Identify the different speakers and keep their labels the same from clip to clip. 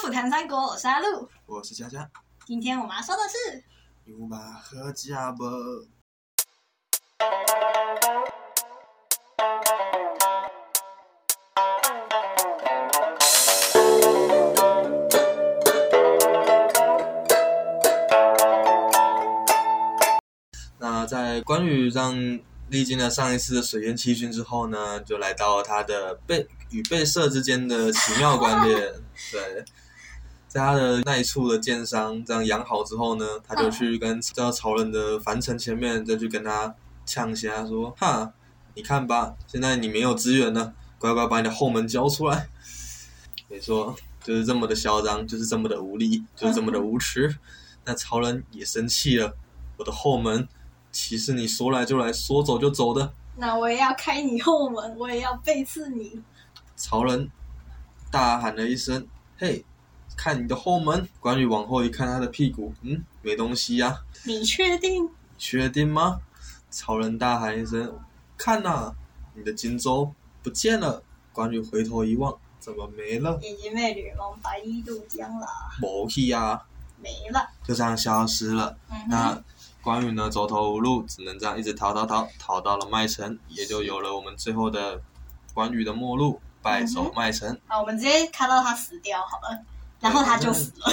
Speaker 1: 夫谈三国，我是阿露。
Speaker 2: 我是佳佳，
Speaker 1: 今天我们要说的是，
Speaker 2: 有马喝家不？那在关羽让历经了上一次的水淹七军之后呢，就来到他的被与被射之间的奇妙关联。对，在他的那一处的箭伤这样养好之后呢，他就去跟这曹仁的樊城前面再去跟他呛虾说：“哈，你看吧，现在你没有资源了，乖乖把你的后门交出来。”没错，就是这么的嚣张，就是这么的无力，就是这么的无耻。那曹仁也生气了，我的后门岂是你说来就来，说走就走的？
Speaker 1: 那我也要开你后门，我也要背刺你。
Speaker 2: 曹仁大喊了一声：“嘿，看你的后门！”关羽往后一看，他的屁股，嗯，没东西呀、
Speaker 1: 你确定？
Speaker 2: 确定吗？曹仁大喊一声：“看呐、你的荆州不见了！”关羽回头一望，怎么没了？
Speaker 1: 已经被吕蒙白衣渡江了，
Speaker 2: 没去呀、
Speaker 1: 没了。
Speaker 2: 就这样消失了。
Speaker 1: 嗯哼，
Speaker 2: 那关羽呢，走投无路，只能这样一直逃逃逃，逃到了麦城，也就有了我们最后的关羽的末
Speaker 1: 嗯
Speaker 2: 路，败走麦城。
Speaker 1: 好，我们直接看到他死掉好了，然后他就死了。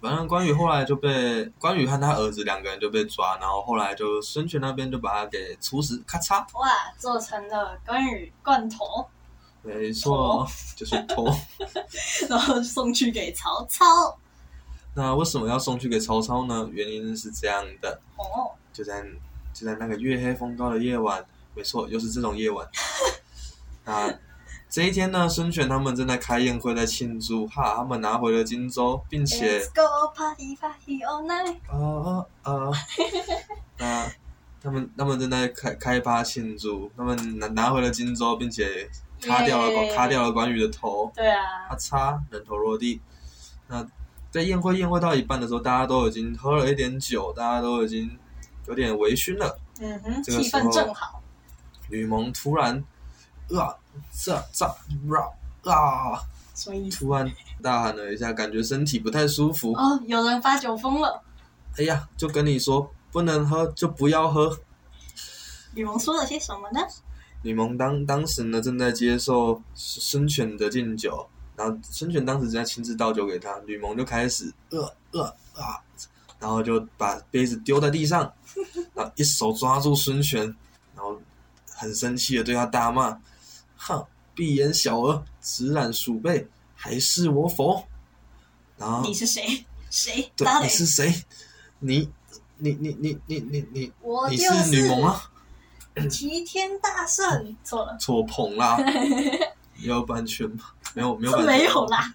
Speaker 2: 反正关羽后来就被关羽和他儿子两个人就被抓，然后后来就孙权那边就把他给处死，咔嚓，
Speaker 1: 哇，做成了关羽罐头，
Speaker 2: 没错，就是 头。
Speaker 1: 然后送去给曹操。
Speaker 2: 那为什么要送去给曹操呢？原因是这样的，
Speaker 1: 哦，
Speaker 2: 就在就在那个月黑风高的夜晚，没错，又是这种 夜晚。啊，这一天呢，孙权他们正在开宴会，在庆祝，哈，他们拿回了荆州，并且
Speaker 1: Let's go party party all night。
Speaker 2: 呃呃，那他们他们正在开开趴庆祝，他们拿拿回了荆州，并且咔掉了
Speaker 1: Yeah
Speaker 2: 咔掉了关羽的头，
Speaker 1: 对啊
Speaker 2: 咔，嚓，人头落地。那在宴会宴会到一半的时候，大家都已经喝了一点酒，大家都已经有点微醺了。
Speaker 1: 嗯哼，
Speaker 2: 这个
Speaker 1: 气
Speaker 2: 时候
Speaker 1: 氛正好。
Speaker 2: 吕蒙突然，啊，这这啊啊！
Speaker 1: 什么意思？
Speaker 2: 突然大喊了一下，感觉身体不太舒服。
Speaker 1: 哦，有人发酒疯了。
Speaker 2: 哎呀，就跟你说，不能喝就不要喝。
Speaker 1: 吕蒙说了些什么呢？
Speaker 2: 吕蒙当当时呢正在接受孙权的敬酒，然后孙权当时正在亲自倒酒给他，吕蒙就开始呃呃啊，然后就把杯子丢在 地上，然后一手抓住孙权，然后很生气的对他大骂：“哼，闭眼小儿，直染鼠辈，还是我否？”然后
Speaker 1: 你是谁？ 谁？
Speaker 2: 嗯对
Speaker 1: 哪
Speaker 2: 你
Speaker 1: 里？
Speaker 2: 是谁？你你你你你你你
Speaker 1: 我
Speaker 2: 你
Speaker 1: 就是
Speaker 2: 吕蒙啊？
Speaker 1: 齐天大
Speaker 2: 嗯
Speaker 1: 圣。错了，
Speaker 2: 错捧 啦，有版权吗？没有，没有版
Speaker 1: 是
Speaker 2: 权。
Speaker 1: 没有。啦，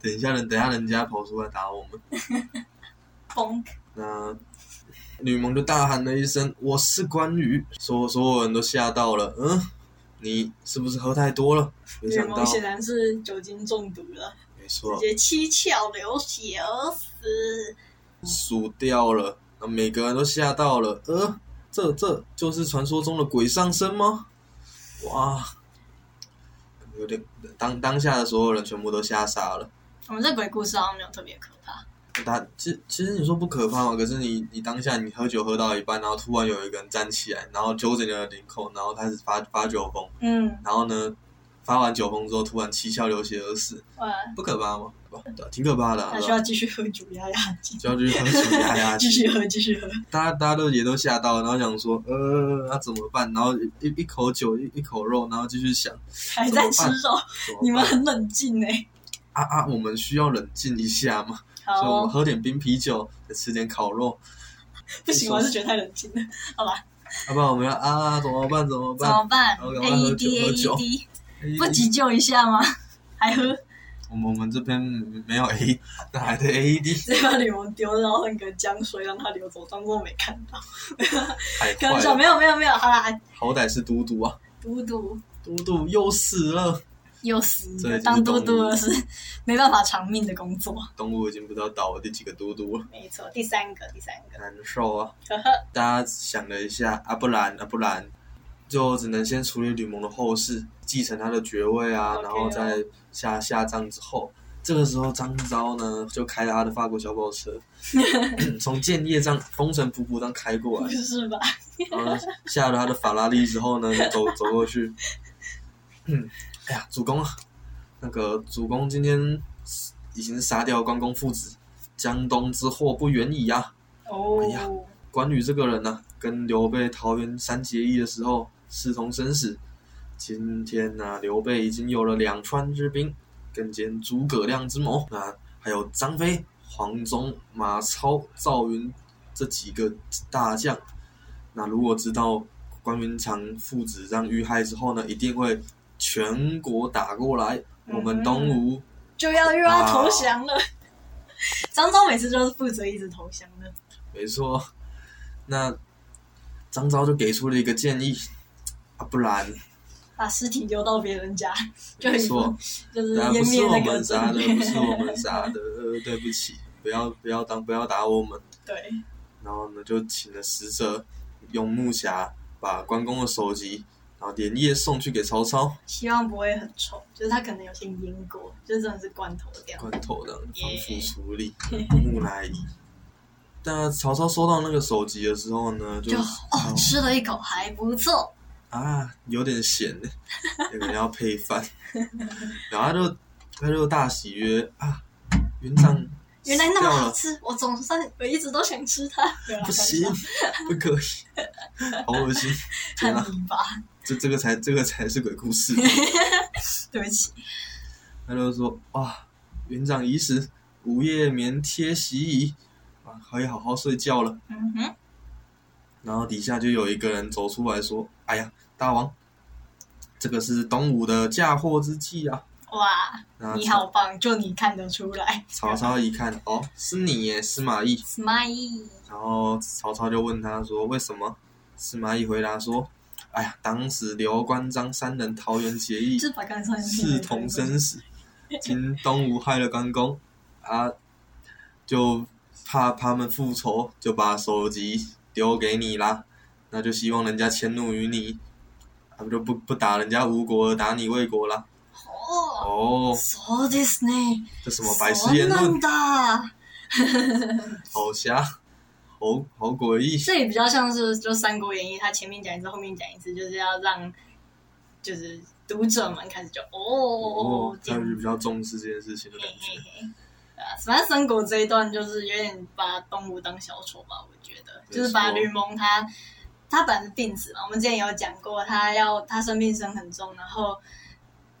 Speaker 2: 等一下人，等一下人家跑出来打我们。
Speaker 1: 崩。
Speaker 2: 那吕蒙就大喊了一声：“我是关羽！”所所有人都吓到了。嗯，你是不是喝太多了？没
Speaker 1: 吕
Speaker 2: 想到
Speaker 1: 蒙，显然是酒精中毒了，
Speaker 2: 没
Speaker 1: 直
Speaker 2: 错，
Speaker 1: 接七窍流血而死。
Speaker 2: 输掉了。那每个人都吓到了。呃，这这就是传说中的鬼上身吗？哇，有点当当下的所有人全部都吓傻了。
Speaker 1: 我们这鬼故事好像没有特别可怕，
Speaker 2: 他其其实你说不可怕嘛，可是你你当下你喝酒喝到一半，然后突然有一个人站起来，然后揪着你的领口，然后开始发发酒疯，
Speaker 1: 嗯，
Speaker 2: 然后呢，发完酒疯之后突然七窍流血而死，
Speaker 1: 哇，
Speaker 2: 不可怕吗？对吧挺可怕的、啊，
Speaker 1: 还需
Speaker 2: 对
Speaker 1: 要
Speaker 2: 吧？
Speaker 1: 继续喝酒压压惊，
Speaker 2: 就要去喝酒 压压
Speaker 1: 继
Speaker 2: 惊，
Speaker 1: 续喝，继续喝，
Speaker 2: 大家大家都也都吓到，然后想说，呃，那、怎么办？然后一一一口酒一一口肉，然后继续想，
Speaker 1: 还在吃肉，
Speaker 2: 怎么办
Speaker 1: 你们很冷静哎。
Speaker 2: 啊啊，我们需要冷静一下嘛，
Speaker 1: 好
Speaker 2: 所以我们
Speaker 1: 哦，
Speaker 2: 喝点冰啤酒，再吃点烤肉，
Speaker 1: 不行，我还是觉得太冷静了。好吧，
Speaker 2: 要不然我们要啊，怎么办？怎么
Speaker 1: 怎
Speaker 2: 办？哎
Speaker 1: 么办
Speaker 2: 好赶快喝
Speaker 1: ？AED
Speaker 2: 酒喝酒
Speaker 1: AED，不 E 急救一下 吗？还喝？
Speaker 2: 我们我们这边没有 A，哪来的 AED？
Speaker 1: 直接把吕蒙丢，然后那个江水让他流走，当做没看到。
Speaker 2: 太
Speaker 1: 开玩
Speaker 2: 坏
Speaker 1: 笑，
Speaker 2: 了，
Speaker 1: 没有没有没有，好啦，
Speaker 2: 好歹是嘟嘟啊，
Speaker 1: 嘟嘟
Speaker 2: 嘟嘟又死了，
Speaker 1: 又死
Speaker 2: 这已经是
Speaker 1: 当嘟嘟了是没办法偿命的工作。
Speaker 2: 动物已经不知道倒了第几个嘟嘟了，
Speaker 1: 没错，第三个第三个，
Speaker 2: 难受啊！
Speaker 1: 呵呵，
Speaker 2: 大家想了一下，啊不然啊不然，就只能先处理吕蒙的后事，继承他的爵位啊
Speaker 1: OK
Speaker 2: 然后再下下葬之后，这个时候张昭呢就开了他的法国小跑 车，从建业这样风尘仆仆这样开过
Speaker 1: 不
Speaker 2: 来，
Speaker 1: 是吧？
Speaker 2: 然后下了他的法拉利之后呢，就走走过去，嗯，哎呀，主公啊，那个主公今天已经杀掉关公父子，江东之祸不远矣啊！哎 呀
Speaker 1: 哦，
Speaker 2: 关羽这个人呢、跟刘备桃园三结义的时候势同生死。今天呢、刘备已经有了两川之兵，更兼诸葛亮之谋啊，还有张飞、黄忠、马超、赵云这几个大将。那如果知道关云长父子这样遇害之后呢，一定会全国打过来，我们东吴
Speaker 1: 就要又要
Speaker 2: 啊
Speaker 1: 投降了。张昭每次就是负责一直投降的，
Speaker 2: 没错，那张昭就给出了一个建议啊，不然
Speaker 1: 把尸体丢到别人家，就
Speaker 2: 没错，
Speaker 1: 就是
Speaker 2: 啊，不
Speaker 1: 湮
Speaker 2: 是
Speaker 1: 灭
Speaker 2: 我
Speaker 1: 那个
Speaker 2: 们杀的，
Speaker 1: 罪
Speaker 2: 不是我们杀的，呃对不起，不要不要当不要打我们。
Speaker 1: 对，
Speaker 2: 然后呢，就请了使者用木匣把关公的首级，然后连夜送去给曹操，
Speaker 1: 希望不会很臭，就是他可能有些腌过，就真的是罐头掉。
Speaker 2: 罐头的防腐
Speaker 1: Yeah
Speaker 2: 处理木乃伊。那曹操收到那个首级的时候呢，就
Speaker 1: 就哦，吃了一口还不错，
Speaker 2: 啊，有点咸呢，有点要配 饭。然后他就他就大喜曰啊，云长
Speaker 1: 原来那么
Speaker 2: 死掉
Speaker 1: 好
Speaker 2: 了
Speaker 1: 吃，我总算我一直都想吃它。啊
Speaker 2: 不行，不可以， 好恶心！天哪、
Speaker 1: 看你吧，
Speaker 2: 这这个才这个才是鬼故事。
Speaker 1: 对不起，
Speaker 2: 他就说哇，园长已死，午夜眠贴席矣，啊，可以好好睡觉了。
Speaker 1: 嗯哼，
Speaker 2: 然后底下就有一个人走出来说：“哎呀，大王，这个是东吴的嫁祸之计啊！”
Speaker 1: 哇，
Speaker 2: 然后
Speaker 1: 你好棒，就你看得出来
Speaker 2: 曹操一看，哦，是你耶，司马懿。
Speaker 1: ，smile，
Speaker 2: 然后曹操就问他说：“为什么？”司马懿回答说：“哎呀，当时刘关张三人桃园结义，
Speaker 1: 就是把刚才
Speaker 2: 视同生死。今东吴害了关公，啊，就怕他们复仇，就把首级丢给你啦。那就希望人家迁怒于你，啊，不就不不打人家吴国，打你魏国啦。
Speaker 1: 哦，
Speaker 2: 哦，
Speaker 1: そうですね，
Speaker 2: 这
Speaker 1: 什
Speaker 2: 什么白痴言论，
Speaker 1: 的？
Speaker 2: 好瞎，好好诡异。
Speaker 1: 这也比较像是就《三国演义》，它前面讲一次，后面讲一次，就是要让就是读者们开始就哦哦
Speaker 2: 哦
Speaker 1: 哦，这
Speaker 2: 他
Speaker 1: 样
Speaker 2: 们就
Speaker 1: 子
Speaker 2: 比较重视这件事情的
Speaker 1: 嘿
Speaker 2: 感
Speaker 1: 嘿
Speaker 2: 觉。
Speaker 1: 嘿。对啊反正三国这一段就是有点把东吴当小丑吧，我觉得，
Speaker 2: 没错
Speaker 1: 就是把吕蒙他他本来是病死嘛，我们之前有讲过，他要他生病生很重，然后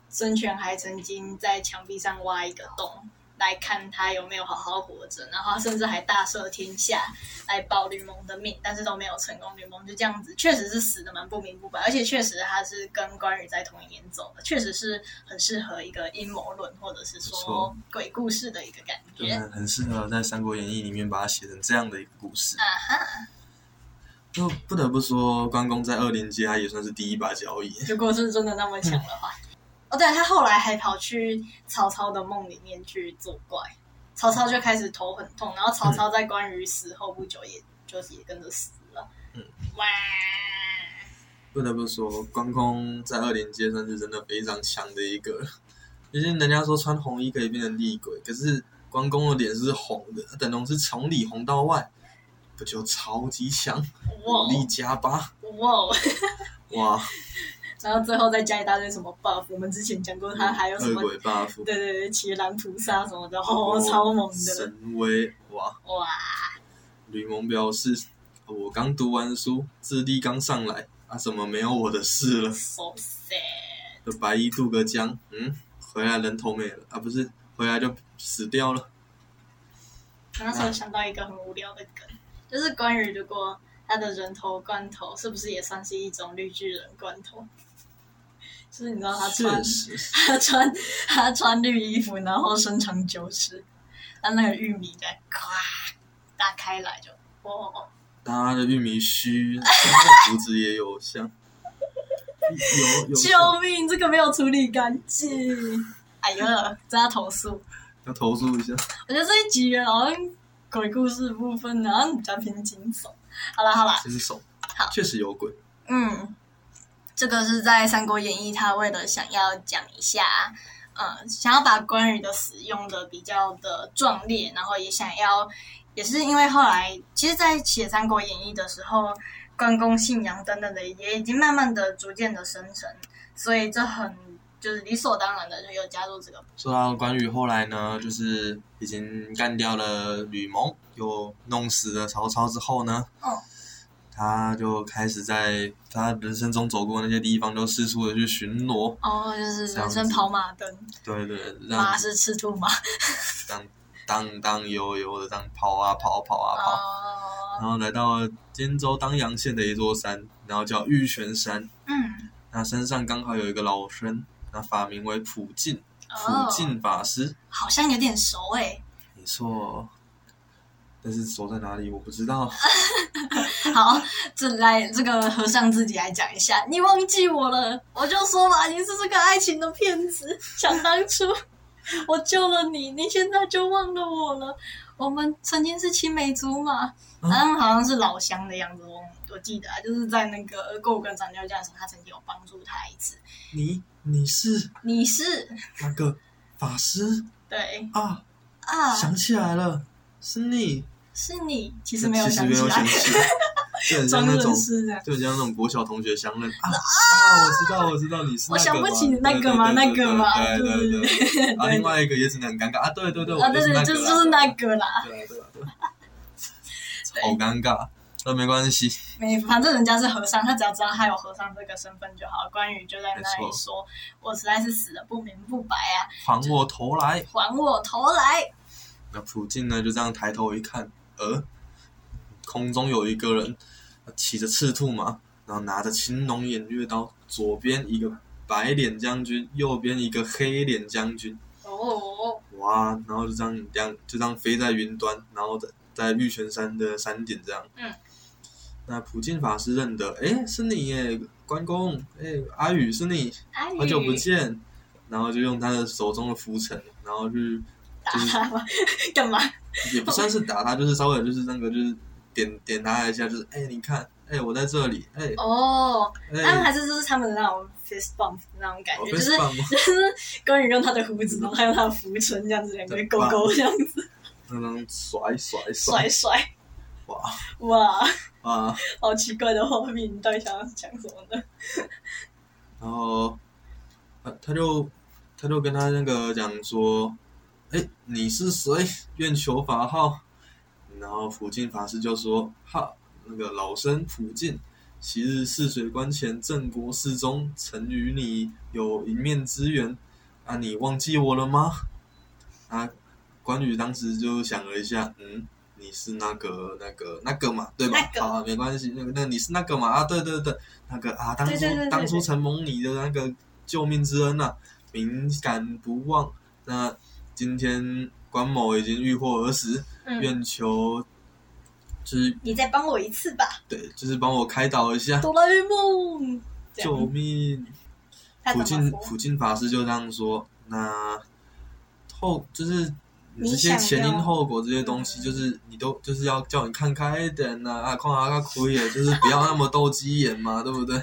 Speaker 1: 孙权还曾经在墙壁上挖一个洞来看他有没有好好活着，然后他甚至还大赦天下来保吕蒙的命，但是都没有成功，吕蒙就这样子，确实是死的蛮不明不白，而且确实他是跟关羽在同一年走的，确实是很适合一个阴谋论或者是
Speaker 2: 没
Speaker 1: 说
Speaker 2: 错
Speaker 1: 鬼故事的一个感
Speaker 2: 就
Speaker 1: 觉。
Speaker 2: 很很适合在《三国演义》里面把它写成这样的一个故事。
Speaker 1: 啊
Speaker 2: 就不得不说，关公在二零街他也算是第一把交椅。
Speaker 1: 如果是真的那么强的话，哦，对，他后来还跑去曹操的梦里面去作怪，曹操就开始头很痛，然后曹操在关羽死后不久也，就是也跟着死了。
Speaker 2: 嗯，
Speaker 1: 哇，
Speaker 2: 不得不说，关公在二零街算是真的非常强的一个。毕竟人家说穿红衣可以变成厉鬼，可是关公的脸是红的，他等同是从里红到外，不就超级强？武力
Speaker 1: 哇哦
Speaker 2: 加八，
Speaker 1: 哇！
Speaker 2: 哇，
Speaker 1: 然后最后再加一大堆什么 buff，我们之前讲过他还有什
Speaker 2: 恶
Speaker 1: 么，
Speaker 2: 鬼 buff，
Speaker 1: 嗯对对对，骑狼屠杀什么的，哦，超猛的，
Speaker 2: 神威，哇！
Speaker 1: 哇！
Speaker 2: 吕蒙表示：“我刚读完书，智力刚上来，啊，怎么没有我的事了
Speaker 1: so sad，？”
Speaker 2: 这白衣渡个江，嗯，回来人头没了啊，不是回来就死掉了。
Speaker 1: 我那时候想到一个很无聊的梗，就是关于如果他的人头罐头是不是也算是一种绿巨人罐头？ 就是你知道他穿
Speaker 2: 确实，
Speaker 1: 他穿 他穿绿衣服，然后身长九尺，他那个玉米在咔打开来就哦，
Speaker 2: 他的玉 米须，他的胡子也有像，有有像
Speaker 1: 救命！这个没有处理干净， 哎呦，这要投诉。
Speaker 2: 要投诉一下。
Speaker 1: 我觉得这一集好像鬼故事部分然后比较偏惊悚。好啦好啦，
Speaker 2: 新手
Speaker 1: 好，
Speaker 2: 确实有鬼。
Speaker 1: 嗯，这个是在《三国演义》，他为了想要讲一下，呃，想要把关羽的死用的比较的壮烈，然后也想要，也是因为后来，其实，在写《三国演义》的时候，关公信仰等等的，也已经慢慢的、逐渐的生成，所以这很就是理所当然的就有加入这个
Speaker 2: 说到关羽后来呢，就是已经干掉了吕蒙，又弄死了曹操之后呢，
Speaker 1: 嗯
Speaker 2: 他就开始在他人生中走过那些地方，就四处的去巡逻。
Speaker 1: 哦，就是
Speaker 2: 这样
Speaker 1: 人
Speaker 2: 子
Speaker 1: 生跑马灯，
Speaker 2: 对对，对
Speaker 1: 马
Speaker 2: 让
Speaker 1: 是赤兔马
Speaker 2: 当当当悠悠的这样跑啊跑跑啊跑，
Speaker 1: 哦，
Speaker 2: 然后来到了滇州当阳县的一座山，然后叫玉泉山。
Speaker 1: 嗯，
Speaker 2: 那山上刚好有一个老僧，那法名为普净，普
Speaker 1: 哦，
Speaker 2: 净法师。
Speaker 1: 好像有点熟欸诶、
Speaker 2: 没错，但是走在哪里我不知道。
Speaker 1: 好，这来这个和尚自己来讲一下，你忘记我了，我就说吧，你是这个爱情的骗子。想当初我救了你，你现在就忘了我了。我们曾经是青梅竹马，好
Speaker 2: 嗯
Speaker 1: 像好像是老乡的样子，我我记得、啊，就是在那个《够跟长教教》的时候，他曾经有帮助他一次。
Speaker 2: 你你是
Speaker 1: 你是
Speaker 2: 那个法师
Speaker 1: 对
Speaker 2: 啊？
Speaker 1: 啊，
Speaker 2: 想起来了，是你。
Speaker 1: 是你，其
Speaker 2: 其
Speaker 1: 实没有想
Speaker 2: 没
Speaker 1: 起
Speaker 2: 有
Speaker 1: 来
Speaker 2: 想，起来，就很
Speaker 1: 装
Speaker 2: 像那种
Speaker 1: 认，识的。
Speaker 2: 就很像那种国小同学相认啊啊！我知道，我知道你是
Speaker 1: 我
Speaker 2: 那
Speaker 1: 想
Speaker 2: 个
Speaker 1: 不
Speaker 2: 嘛
Speaker 1: 起那个嘛，
Speaker 2: 对
Speaker 1: 那
Speaker 2: 对对
Speaker 1: 个嘛，
Speaker 2: 对对
Speaker 1: 对
Speaker 2: 对对。
Speaker 1: 对
Speaker 2: 啊，另外一个也只能很尴尬啊！对对对，我
Speaker 1: 啊，对
Speaker 2: 是
Speaker 1: 对，
Speaker 2: 那个
Speaker 1: 就
Speaker 2: 啦
Speaker 1: 就是那个啦，
Speaker 2: 对啊 对啊对啊，好尴尬，但没关系，
Speaker 1: 没，反正人家是和尚，他只要知道他有和尚这个身份就好。关羽就在那
Speaker 2: 没
Speaker 1: 里
Speaker 2: 错
Speaker 1: 说：“我实在是死的不明不白啊，
Speaker 2: 还我头来。
Speaker 1: 还我头来
Speaker 2: 那普进呢，就这样抬头一看，呃，空中有一个人骑着赤兔马，然后拿着青龙偃月刀，左边一个白脸将军，右边一个黑脸将军。！”
Speaker 1: 哦，
Speaker 2: 哇，然后就这样两就这样飞在云端，然后在在玉泉山的山顶这样。
Speaker 1: 嗯。
Speaker 2: 那普净法师认得，哎，是你耶，关公，哎，阿宇是你，
Speaker 1: 阿宇，
Speaker 2: 好久不见。然后就用他的手中的拂尘，然后去
Speaker 1: 打他吧， 干嘛？
Speaker 2: 也不算是打他，就是稍微就是那个就是点点他一下，就是哎，你看，哎，我在这里，哎
Speaker 1: 哦，他们
Speaker 2: 哎，
Speaker 1: 还是就是他们的那种 fist bump 的那种感
Speaker 2: 我
Speaker 1: 觉，
Speaker 2: 被
Speaker 1: 就是
Speaker 2: 放过
Speaker 1: 就是关羽用他的胡子，然后他用他的拂唇这样子，两个
Speaker 2: 对
Speaker 1: 勾勾这样子
Speaker 2: 那种甩甩
Speaker 1: 甩
Speaker 2: 甩，
Speaker 1: 甩，
Speaker 2: 哇
Speaker 1: 哇，
Speaker 2: 啊！
Speaker 1: 好奇怪的画面，你到底想要讲什么呢？
Speaker 2: 然后，呃，他就他就跟他那个讲说，哎，你是谁？愿求法号。然后普净法师就说，哈，那个老僧普净，昔日泗水关前镇国寺中，曾与你有一面之缘，啊，你忘记我了吗？啊，关羽当时就想了一下，嗯。你是那个那个那个嘛，对吧？
Speaker 1: 那个
Speaker 2: 好、没关系，那个那个你是那个嘛啊，对对对，那个啊，当初
Speaker 1: 对对对对
Speaker 2: 当初
Speaker 1: 对
Speaker 2: 承蒙你的那个救命之恩呐、啊，敏感不忘。那今天关某已经遇祸而死，
Speaker 1: 嗯，
Speaker 2: 愿求就是
Speaker 1: 你再帮我一次吧，
Speaker 2: 对，就是帮我开导一下，
Speaker 1: 哆啦 A 梦，这样
Speaker 2: 救命！
Speaker 1: 他怎
Speaker 2: 普
Speaker 1: 么
Speaker 2: 净
Speaker 1: 说？
Speaker 2: 普净法师就这样说，那后就是
Speaker 1: 你
Speaker 2: 你这些
Speaker 1: 想
Speaker 2: 前因
Speaker 1: 要
Speaker 2: 后果这些东西，
Speaker 1: 嗯
Speaker 2: 就是你都就是要叫你看开一点呐、啊，看啊看亏也，就是不要那么斗鸡眼嘛，对不对？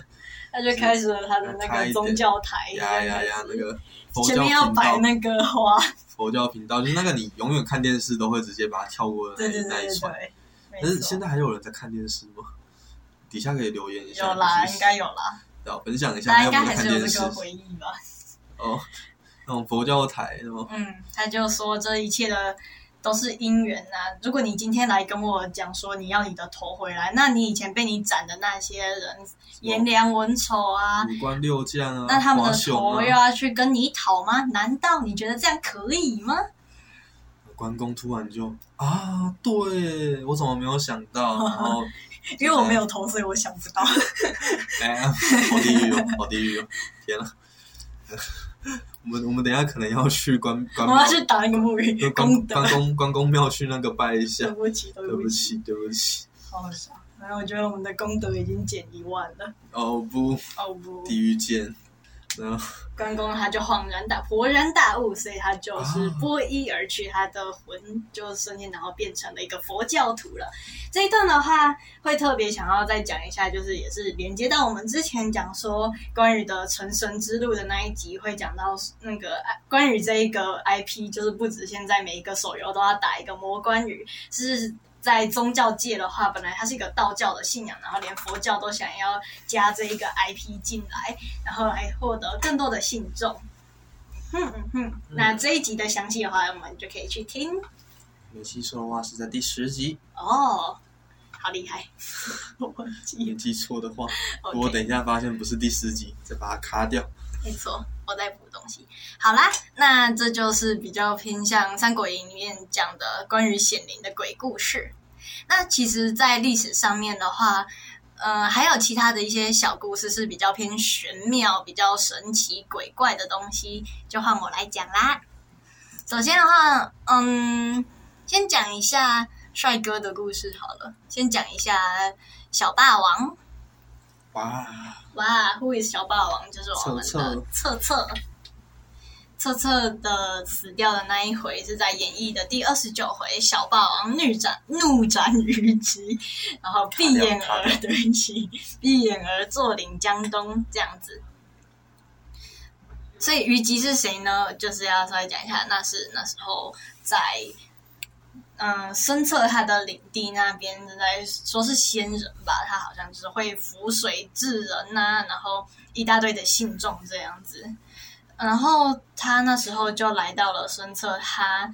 Speaker 1: 他就开始了他的那个宗教台，
Speaker 2: 呀呀呀，那个佛
Speaker 1: 哎前
Speaker 2: 教
Speaker 1: 面要
Speaker 2: 频
Speaker 1: 摆
Speaker 2: 道，
Speaker 1: 那个花，
Speaker 2: 佛教频道就是那个你永远看电视都会直接把它跳过的
Speaker 1: 对
Speaker 2: 那
Speaker 1: 对
Speaker 2: 一那
Speaker 1: 对
Speaker 2: 一
Speaker 1: 对
Speaker 2: 串。
Speaker 1: 对，没
Speaker 2: 但是现
Speaker 1: 错，
Speaker 2: 在还有人在看电视吗？底下可以留言一下，
Speaker 1: 有啦，
Speaker 2: 就是
Speaker 1: 应该有啦，
Speaker 2: 要分享一下，
Speaker 1: 大家
Speaker 2: 还
Speaker 1: 应该还
Speaker 2: 有没有在
Speaker 1: 是
Speaker 2: 看
Speaker 1: 有
Speaker 2: 电
Speaker 1: 这
Speaker 2: 视
Speaker 1: 个回忆吧。
Speaker 2: 哦， 那种佛教台，那么
Speaker 1: 嗯，他就说这一切的都是因缘呐、如果你今天来跟我讲说你要你的头回来，那你以前被你斩的那些人，颜良、文丑啊。
Speaker 2: 五官六将啊，
Speaker 1: 那他们
Speaker 2: 华
Speaker 1: 的
Speaker 2: 雄
Speaker 1: 头又
Speaker 2: 啊，
Speaker 1: 要去跟你讨吗？难道你觉得这样可以吗？
Speaker 2: 关公突然就啊，对我怎么没有想到？ 然后
Speaker 1: 因为我没有头，所以我想不到。
Speaker 2: 哎呀，好地狱哦，好地狱哦！天呐， 我们我们等一下可能要去关关
Speaker 1: 我要去打那个沐浴
Speaker 2: 就
Speaker 1: 功
Speaker 2: 关
Speaker 1: 德
Speaker 2: 关。公关公庙去那个拜一下
Speaker 1: 对。不起，对
Speaker 2: 对不
Speaker 1: 不起。
Speaker 2: 起，对不起。
Speaker 1: 好笑。然后我觉得我们的功德已经减一万了。
Speaker 2: 哦不，
Speaker 1: 哦不，
Speaker 2: 地狱见。然后
Speaker 1: 关公他就恍然大勃然大悟，所以他就是拨衣而去，他的魂就瞬间然后变成了一个佛教徒了。这一段的话，会特别想要再讲一下，就是也是连接到我们之前讲说关羽的成神之路的那一集，会讲到那个啊关羽这一个 IP，就是不止现在每一个手游都要打一个魔关羽，是。在宗教界的话，本来它是一个道教的信仰，然后连佛教都想要加这一个 IP 进来，然后来获得更多的信众。嗯嗯嗯，那这一集的详细的话，我们就可以去听
Speaker 2: 梅西说的话是在第十集，
Speaker 1: 哦。好厉害， 我忘记
Speaker 2: 你
Speaker 1: 了，
Speaker 2: 记错的话
Speaker 1: OK
Speaker 2: 我等一下发现不是第十集，再把它卡掉。
Speaker 1: 没错，我在补东西。好啦，那这就是比较偏向《三国演义》里面讲的关于显灵的鬼故事。那其实，在历史上面的话，呃，还有其他的一些小故事是比较偏玄妙、比较神奇、鬼怪的东西，就换我来讲啦。首先的话，嗯，先讲一下帅哥的故事好了，先讲一下小霸王。
Speaker 2: 哇，
Speaker 1: 哇，Who is 小霸王？就是我们的策策。策策的死掉的那一回是在演义的第二十九回，小霸王怒斩怒斩虞姬，然后闭眼
Speaker 2: 卡
Speaker 1: 而
Speaker 2: 掉卡
Speaker 1: 对不起，闭眼而坐领江东这样子。所以虞姬是谁呢？就是要稍微讲一下，那是那时候在嗯，孙策他的领地那边正在说是仙人吧，他好像就是会浮水治人呐、然后一大堆的信众这样子。然后他那时候就来到了孙策他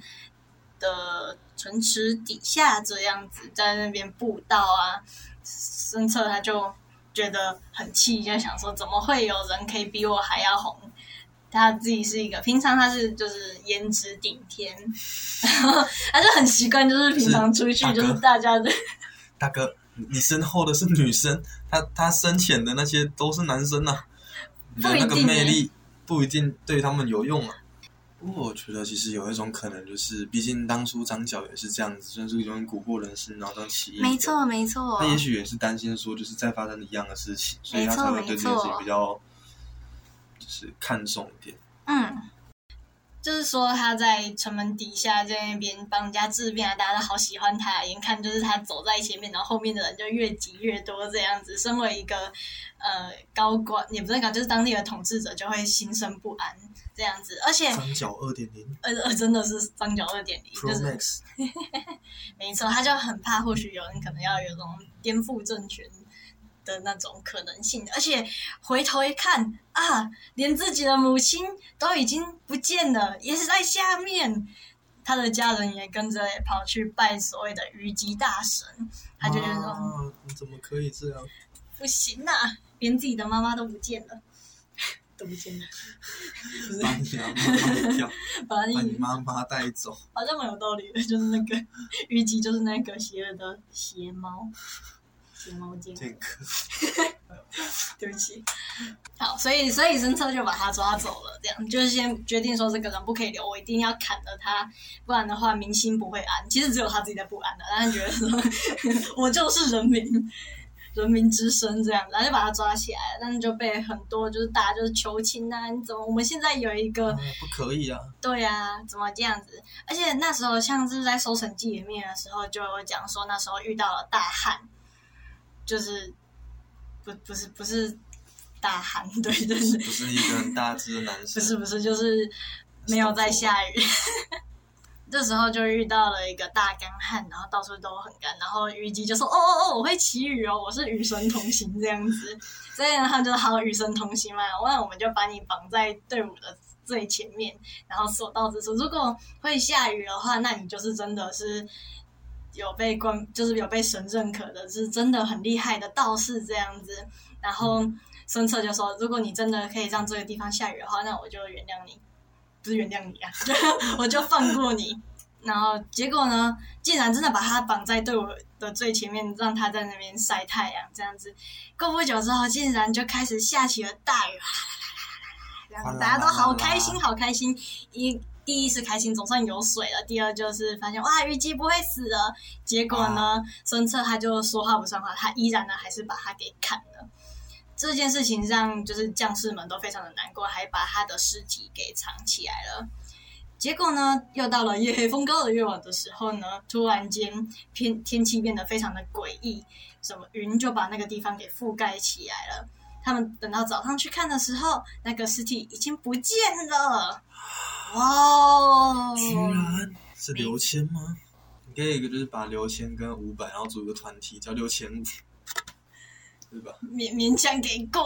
Speaker 1: 的城池底下，这样子在那边布道啊。孙策他就觉得很气，就想说怎么会有人可以比我还要红？他自己是一个平常他是就是颜值顶天， 然后他就很习惯，就是平常出去
Speaker 2: 是大哥
Speaker 1: 就是大家的
Speaker 2: 大哥，你你身后的是女生，她她身前的那些都是男生呐、啊你的那
Speaker 1: 不
Speaker 2: 个
Speaker 1: 一定
Speaker 2: 魅力不一定对他们有用啊。不过我觉得其实有一种可能，就是毕竟当初张角也是这样子，就是有种蛊惑人心，然后这种起义。
Speaker 1: 没。错没错
Speaker 2: 他，也许也是担心说，就是再发生一样的事情，所以他
Speaker 1: 没错
Speaker 2: 才会对这件
Speaker 1: 没
Speaker 2: 事
Speaker 1: 错
Speaker 2: 情比较就是看重一点。
Speaker 1: 嗯，就是说他在城门底下在那边帮人家治病啊，大家都好喜欢他，眼看就是他走在前面，然后后面的人就越挤越多这样子。身为一个呃高官，也不是高，就是当地的统治者，就会心生不安这样子。而且，
Speaker 2: 张角二点零
Speaker 1: 呃，呃真的是张角二点零，就
Speaker 2: Pro
Speaker 1: 是
Speaker 2: Max，
Speaker 1: 没错，他就很怕，或许有人可能要有种颠覆政权的那种可能性，而且回头一看啊，连自己的母亲都已经不见了，也是在下面，他的家人也跟着跑去拜所谓的虞姬大神，他就觉得说、
Speaker 2: 啊，你怎么可以这样？
Speaker 1: 不行啊，连自己的妈妈都不见了， 都不见了，
Speaker 2: 把你妈妈 掉，
Speaker 1: 把
Speaker 2: 把
Speaker 1: 你
Speaker 2: 你妈妈带走。
Speaker 1: 好像蛮有道理的，就是那个 虞姬，就是那个邪恶的邪 猫，邪猫精。
Speaker 2: 这个
Speaker 1: 对不起。好，所以所以孙策就把他抓走了，这样就是先决定说这个人不可以留，我一定要砍了他，不然的话民心不会安。其实只有他自己在不安的，但他觉得说 我就是人民，人民之声这样子，他就把他抓起来了，但是就被很多就是大家就是求情啊，你怎么我们现在有一个
Speaker 2: 啊不可以啊！
Speaker 1: 对啊，怎么这样子？而且那时候像是在《搜神记》里面的时候，就有讲说那时候遇到了大旱，就是不不是不是大旱， 对对
Speaker 2: 是
Speaker 1: 对，
Speaker 2: 不是一个很大只的男
Speaker 1: 不
Speaker 2: 生，
Speaker 1: 是不是，就是没有在下雨。 这时候就遇到了一个大干旱，然后到处都很干，然后虞姬就说：“哦哦哦，我会祈雨哦，我是与神同行这样子。”所以呢，他就好与神同行嘛，那我们就把你绑在队伍的最前面，然后所到之处，如果会下雨的话，那你就是真的是有被关，就是有被神认可的，是真的很厉害的道士这样子。然后孙策就说：“如果你真的可以让这个地方下雨的话，那我就原谅你，不是原谅你啊，就我就放过你。”然后结果呢，竟然真的把他绑在队伍的最前面，让他在那边晒太阳，这样子。过不久之后，竟然就开始下起了大雨，然后大家都好开心，好开心。一第一是开心，总算有水了；第二就是发现哇，虞姬不会死了。结果呢，孙策他就说话不算话，他依然呢还是把他给砍了。这件事情让就是将士们都非常的难过，还把他的尸体给藏起来了。结果呢，又到了夜黑风高的夜晚的时候呢，突然间天天气变得非常的诡异，什么云就把那个地方给覆盖起来了。他们等到早上去看的时候，那个尸体已经不见了。哇哦！
Speaker 2: 居然是刘谦吗？你可以一个就是把刘谦跟伍佰，然后组一个团体叫六千五，对吧？
Speaker 1: 勉勉强给过，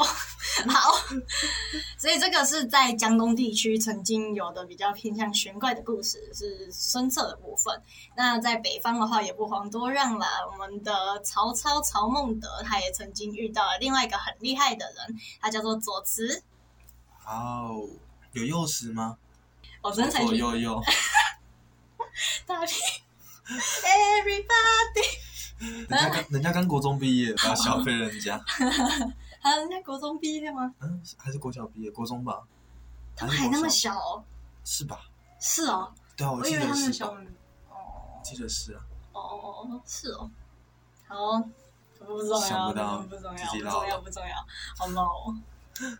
Speaker 1: 好，所以这个是在江东地区曾经有的比较偏向玄怪的故事，是孙策的部分。那在北方的话，也不遑多让啦。我们的曹操曹孟德，他也曾经遇到了另外一个很厉害的人，他叫做左慈。
Speaker 2: 哦，有幼时吗？哦
Speaker 1: 我真才
Speaker 2: 左左右右，
Speaker 1: 大屁 everybody，
Speaker 2: 人家刚人家刚国中毕业，不要小费 人家。
Speaker 1: 啊，人家国中毕业吗？
Speaker 2: 嗯，还是国小毕业，国中吧？
Speaker 1: 他们还那么
Speaker 2: 国
Speaker 1: 小哦？
Speaker 2: 是吧？
Speaker 1: 是哦，
Speaker 2: 对啊，我
Speaker 1: 我
Speaker 2: 记
Speaker 1: 以为
Speaker 2: 得
Speaker 1: 他们
Speaker 2: 是
Speaker 1: 小
Speaker 2: 吧？
Speaker 1: 我们。哦
Speaker 2: 我记得是啊，
Speaker 1: 哦哦哦，是哦，好，不重
Speaker 2: 想
Speaker 1: 要，
Speaker 2: 不到
Speaker 1: 不重
Speaker 2: 自己
Speaker 1: 要，不
Speaker 2: 唠
Speaker 1: 重要，
Speaker 2: 了
Speaker 1: 不重要，好 low 哦。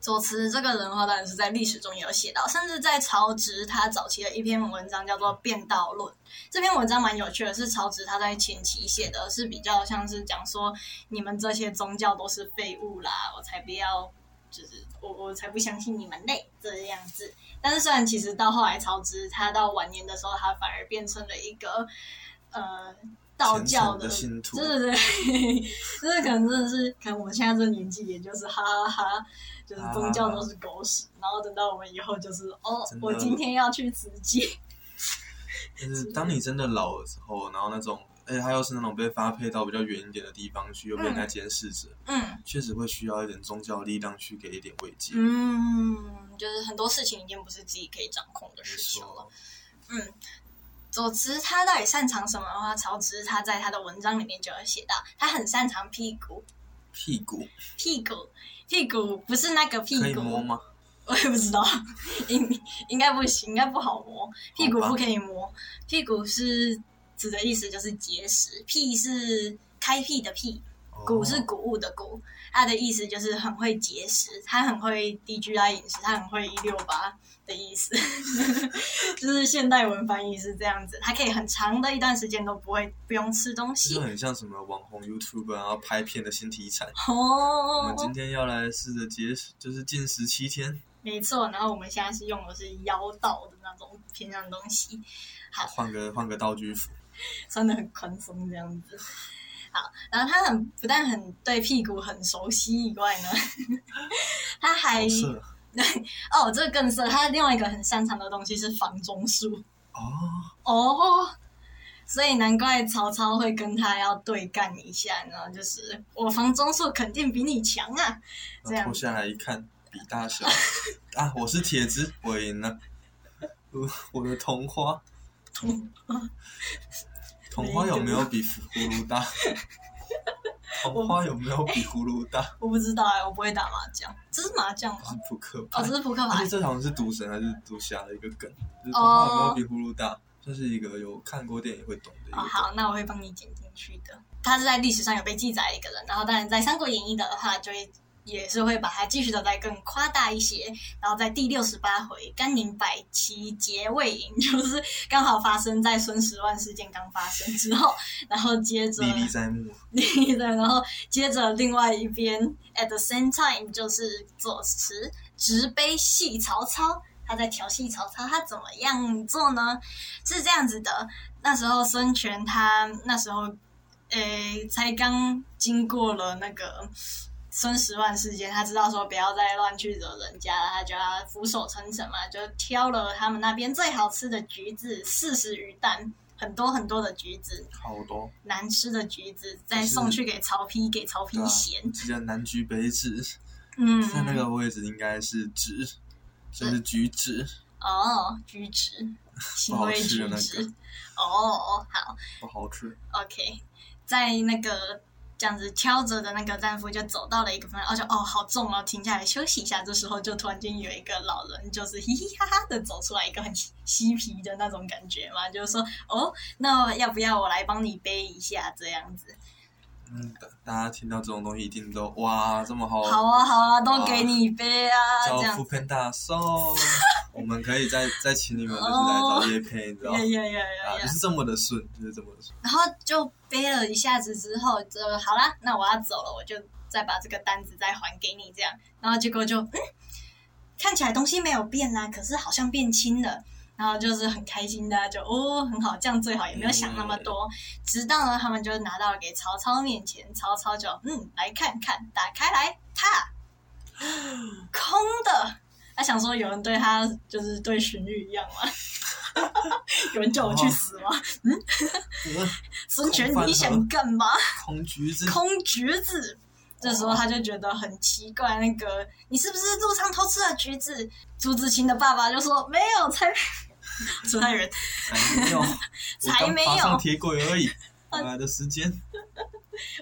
Speaker 1: 左慈这个人的话，当然是在历史中也有写到，甚至在曹植他早期的一篇文章叫做《变道论》。这篇文章蛮有趣的，是曹植他在前期写的，是比较像是讲说你们这些宗教都是废物啦，我才不要，就是我我才不相信你们嘞这样子。但是虽然其实到后来曹植他到晚年的时候，他反而变成了一个呃道
Speaker 2: 虔
Speaker 1: 教
Speaker 2: 诚的信徒
Speaker 1: 对 对对，就是可能真的是，可能我们现在这年纪，也就是哈哈哈，就是宗教都是狗屎。然后等到我们以后就是哦
Speaker 2: 真，的
Speaker 1: 我今天要去慈济，
Speaker 2: 就是当你真的老了之后，然后那种，哎而且他又是那种被发配到比较远一点的地方去，又被人家监视着，
Speaker 1: 嗯
Speaker 2: 确实会需要一点宗教力量去给一点慰藉。
Speaker 1: 嗯，就是很多事情已经不是自己可以掌控的
Speaker 2: 没
Speaker 1: 事情了。
Speaker 2: 错，
Speaker 1: 左慈他到底擅长什么的话，曹植他在他的文章里面就有写到，他很擅长屁股，
Speaker 2: 屁股
Speaker 1: 屁股，屁股不是那个屁
Speaker 2: 可以
Speaker 1: 股，
Speaker 2: 摸吗？
Speaker 1: 我也不知道，应应该不行，应该不好摸。屁股
Speaker 2: 好吧
Speaker 1: 不可以摸，屁股是指的意思就是结石，屁是开屁的屁，谷是
Speaker 2: 哦
Speaker 1: 谷物的谷，它的意思就是很会节食，它很会低 GI 饮食，它很会一六八的意思， 就是现代文翻译是这样子，它可以很长的一段时间都不会不用吃东
Speaker 2: 就
Speaker 1: 西
Speaker 2: 很像什么网红 YouTube，然后拍片的新题材。我
Speaker 1: 哦
Speaker 2: 们。今天要来试着节食，就是禁食七天，
Speaker 1: 没错，然后我们现在是用的是妖道的那种偏向东西，好
Speaker 2: 换个换个道具服。
Speaker 1: 穿的很宽松这样子。好，然后他很不但很对屁股很熟悉以外呢， 他还
Speaker 2: 好色
Speaker 1: 哦，这个更是他另外一个很擅长的东西是房中术
Speaker 2: 哦，
Speaker 1: 哦，所以难怪曹操会跟他要对干一下呢，就是我房中术肯定比你强啊，这
Speaker 2: 那
Speaker 1: 样
Speaker 2: 脱下来一看，比大小 啊，我是铁子，我赢了。我我的同花，
Speaker 1: 同
Speaker 2: 同花有没有比葫芦大？同花有没有比葫芦大？
Speaker 1: 我不知道哎、我不会打麻将，这是麻将吗？
Speaker 2: 是扑克牌
Speaker 1: 哦，这。是扑克
Speaker 2: 而
Speaker 1: 牌
Speaker 2: 且这好像是赌神还是赌侠的一个梗，就是同花有没有比葫芦大？这是一个有看过电影会懂的一个
Speaker 1: 哦。
Speaker 2: 梗。
Speaker 1: 好，那我会帮你剪进去的。他是在历史上有被记载的一个人，然后当然在《三国演义》的话，就会也是会把它继续的再更夸大一些。然后在第六十八回甘宁百骑劫魏营， 就是刚好发生在孙十万事件刚发生之后，然后接着
Speaker 2: 历历在目。
Speaker 1: 对，然后接着另外一边，at the same time 就是左慈直杯戏曹操，他在调戏曹操，他怎么样做呢？是这样子的，那时候孙权他那时候，诶，才刚经过了那个孙十万事件，他知道说不要再乱去惹人家了，他就要俯首称臣嘛，就挑了他们那边最好吃的橘子四十余担，很多很多的橘子，
Speaker 2: 好多，
Speaker 1: 难吃的橘子，再送去给曹丕，给曹
Speaker 2: 对
Speaker 1: 丕
Speaker 2: 啊
Speaker 1: 咸。，
Speaker 2: 记得南橘北枳，
Speaker 1: 嗯，
Speaker 2: 在那个位置应该是枳，就是橘枳，
Speaker 1: 哦，橘子，行为
Speaker 2: 吃
Speaker 1: 举
Speaker 2: 的那
Speaker 1: 止。哦，好
Speaker 2: 不好吃。
Speaker 1: ，OK，在那个这样子挑着的那个战夫就走到了一个方向，而且哦，好重哦，停下来休息一下。这时候就突然间有一个老人，就是 嘻嘻哈哈的走出来，一个很嬉嬉皮的那种感觉嘛，就是说哦，那要不要我来帮你背一下这样子？
Speaker 2: 嗯，大大家听到这种东西一定都哇，这么好，
Speaker 1: 好啊，好啊，都给你一杯啊，
Speaker 2: 叫
Speaker 1: 这样
Speaker 2: 副
Speaker 1: 子。
Speaker 2: 片大寿，我们可以再再请你们就是来找叶佩，你知道 吗
Speaker 1: 呀？呀呀
Speaker 2: 啊，
Speaker 1: 呀
Speaker 2: 就
Speaker 1: 呀！
Speaker 2: 是这么的顺，就是这么的顺。
Speaker 1: 然后就背了一下子之后，就呃好啦，那我要走了，我就再把这个单子再还给你这样。然后结果就嗯，看起来东西没有变啦，可是好像变轻了。然后就是很开心的啊、就哦很好，这样最好，也没有想那么多。直到呢，他们就拿到了给曹操面前，曹操就嗯来看看，打开来，啪，空的。啊他想说有人对他就是对荀彧一样吗？ 有人叫我去死吗？
Speaker 2: 呃
Speaker 1: 孙权
Speaker 2: 空，翻
Speaker 1: 你想干嘛？
Speaker 2: 空橘子，
Speaker 1: 空橘子。这时候他就觉得很奇怪，那个你是不是路上偷吃了橘子？朱自清的爸爸就说没有，才 出太人。
Speaker 2: 才没有，
Speaker 1: 才
Speaker 2: 我刚
Speaker 1: 没有呃
Speaker 2: 爬上铁轨 而已。妈的时间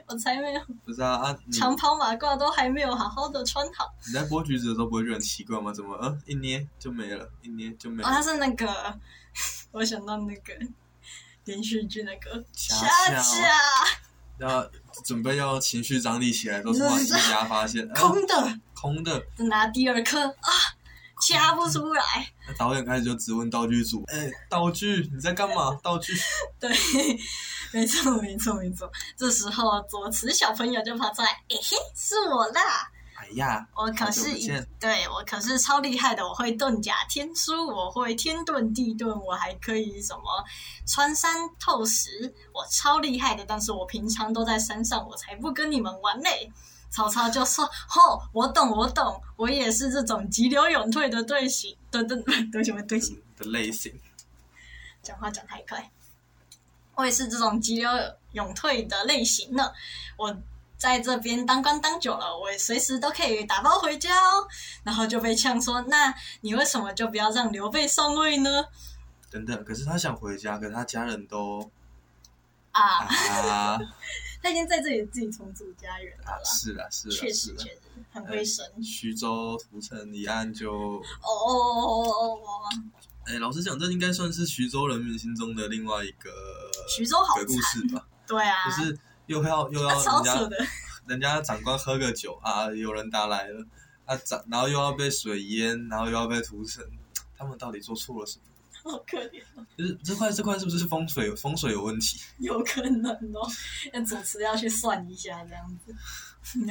Speaker 1: 我才没有，
Speaker 2: 不是啊啊！你
Speaker 1: 长袍马褂都还没有好好的穿好。
Speaker 2: 你在剥橘子的时候不会觉得很奇怪吗？怎么呃一捏就没了，一捏就没
Speaker 1: 哦，他
Speaker 2: 了？
Speaker 1: 是那个，我想到那个连续剧那个
Speaker 2: 恰恰
Speaker 1: 恰，
Speaker 2: 然后准备要情绪张力起来的时候，
Speaker 1: 你
Speaker 2: 突
Speaker 1: 说
Speaker 2: 然一
Speaker 1: 是
Speaker 2: 下发现呃
Speaker 1: 空的，
Speaker 2: 空的，
Speaker 1: 拿第二颗啊，掐不出来。
Speaker 2: 那导演开始就质问道具组：“哎、道具你在干嘛？道具
Speaker 1: 对，没错，没错，没错。这时候左慈小朋友就跑出来，诶、嘿，是我啦！？”
Speaker 2: 哎呀，
Speaker 1: 我可是
Speaker 2: 好久不
Speaker 1: 一
Speaker 2: 见
Speaker 1: 对我可是超厉害的，我会遁甲天书，我会天遁地遁，我还可以什么穿山透石，我超厉害的。但是我平常都在山上，我才不跟你们玩嘞。曹操就说：“哦，我懂，我懂，我也是这种急流勇退的队形，对对对，什么队形？
Speaker 2: 的类型，
Speaker 1: 讲话讲太快。我也是这种急流勇退的类型呢。我在这边当官当久了，我随时都可以打包回家哦。然后就被呛说：“那你为什么就不要让刘备上位呢
Speaker 2: 等等。可是他想回家，可是他家人都？”
Speaker 1: 啊，
Speaker 2: 啊，
Speaker 1: 他已经在这里自己重组家园了
Speaker 2: 啊
Speaker 1: 啦，
Speaker 2: 是啦是啦
Speaker 1: 确
Speaker 2: 是
Speaker 1: 实
Speaker 2: 啦
Speaker 1: 确。实很会神。
Speaker 2: 徐州屠城一案就，
Speaker 1: 哦哦哦哦哦哦！
Speaker 2: 哎、老实讲，这应该算是徐州人民心中的另外一个
Speaker 1: 徐州好
Speaker 2: 鬼故事吧，
Speaker 1: 对啊
Speaker 2: 就，是又要又要
Speaker 1: 他超
Speaker 2: 人
Speaker 1: 扯
Speaker 2: 家
Speaker 1: 的，
Speaker 2: 人家长官喝个酒啊，有人打来了啊，长然后又要被水淹，然后又要被屠城，他们到底做错了什么？
Speaker 1: 好可怜，
Speaker 2: 就是这块这块是不是风水风水有问题？
Speaker 1: 有可能哦。那主持要去算一下这样子。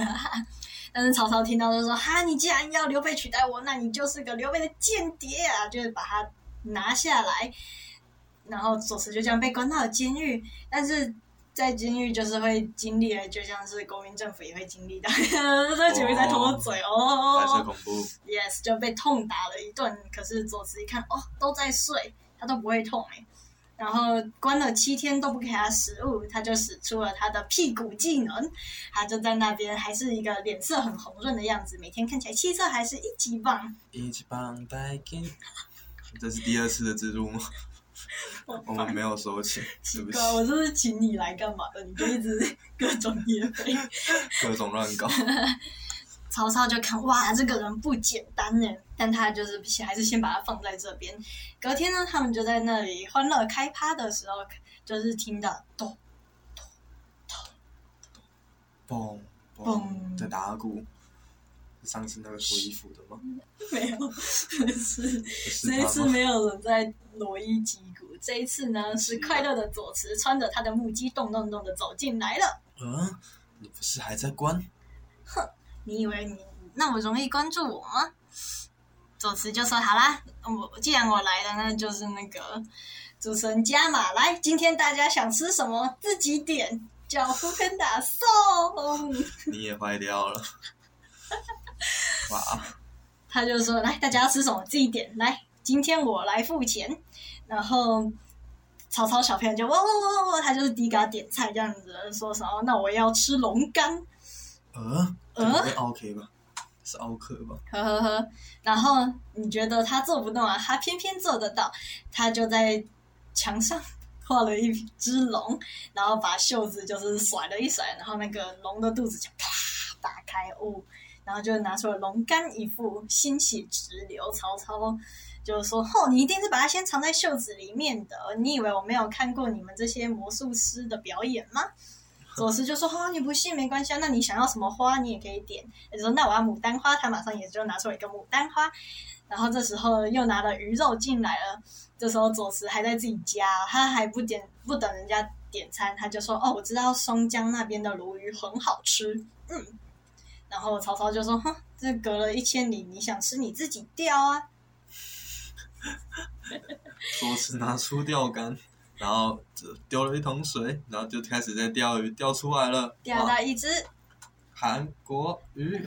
Speaker 1: 但是曹操听到就说：“哈，你既然要刘备取代我，那你就是个刘备的间谍啊！”就是把他拿下来，然后左慈就这样被关到了监狱。但是在监狱就是会经历的，就像是国民政府也会经历的。 这几位在偷嘴哦哦
Speaker 2: 白
Speaker 1: 哦
Speaker 2: 色恐怖，
Speaker 1: yes，就被痛打了一顿。可是左慈一看，哦，都在睡，他都不会痛哎、然后关了七天都不给他食物，他就使出了他的屁股技能，他就在那边还是一个脸色很红润的样子，每天看起来气色还是一级棒。
Speaker 2: 一起绑带金。 这是第二次的蜘蛛吗？
Speaker 1: 我
Speaker 2: 我们没有收钱，
Speaker 1: 奇
Speaker 2: 对不起
Speaker 1: 怪，，我这是请你来干嘛的？你就一直 各种野飞。
Speaker 2: 各种乱搞。
Speaker 1: 曹操就看哇，这个人不简单呢，但他就是还是先把他放在这边。隔天呢，他们就在那里欢乐开趴的时候，就是听到咚
Speaker 2: 嘣嘣
Speaker 1: 嘣
Speaker 2: 在打鼓。上次那个脱衣服的吗？
Speaker 1: 没有，是
Speaker 2: 不是
Speaker 1: 嗯这一
Speaker 2: 他
Speaker 1: 次
Speaker 2: 吗？
Speaker 1: 没有人在裸衣击鼓，这一次呢是快乐的左慈穿着他的木屐咚咚咚的走进来了。
Speaker 2: 嗯，你不是还在关？
Speaker 1: 你以为你那么容易关注我吗？左慈就说：“好啦，我既然我来了，那就是那个主持人加码来，今天大家想吃什么自己点，叫福肯打送。
Speaker 2: 你也坏掉 了。哇，”
Speaker 1: 他就说：“来，大家要吃什么自己点，来，今天我来付钱。”然后曹操小朋友就哇哇哇哇哇，他就是第一个要点菜这样子，说什么“那我要吃龙肝”，
Speaker 2: 呃，
Speaker 1: 呃
Speaker 2: 呃，OK 吧？是奥克吧？
Speaker 1: 呵呵呵，然后你觉得他做不到啊？他偏偏做得到，他就在墙上 画了一只龙，然后把袖子就是甩了一甩，然后那个龙的肚子就啪打开哦，然后就拿出了龙肝一副，欣喜直流。曹操就说：“哦，你一定是把它先藏在袖子里面的，你以为我没有看过你们这些魔术师的表演吗？”左慈就说：“哈、你不信没关系啊，那你想要什么花你也可以点。”他就说：“那我要牡丹花。”他马上也就拿出了一个牡丹花，然后这时候又拿了鱼肉进来了。这时候左慈还在自己家，他还不点不等人家点餐，他就说：“哦，我知道松江那边的鲈鱼很好吃，嗯。”然后曹操就说：“哼，这隔了一千里，你想吃你自己钓啊。”
Speaker 2: 左慈拿出钓竿，然后就丢了一桶水，然后就开始在钓鱼，钓出来了，
Speaker 1: 钓
Speaker 2: 哇
Speaker 1: 到一只，
Speaker 2: 韩国鱼。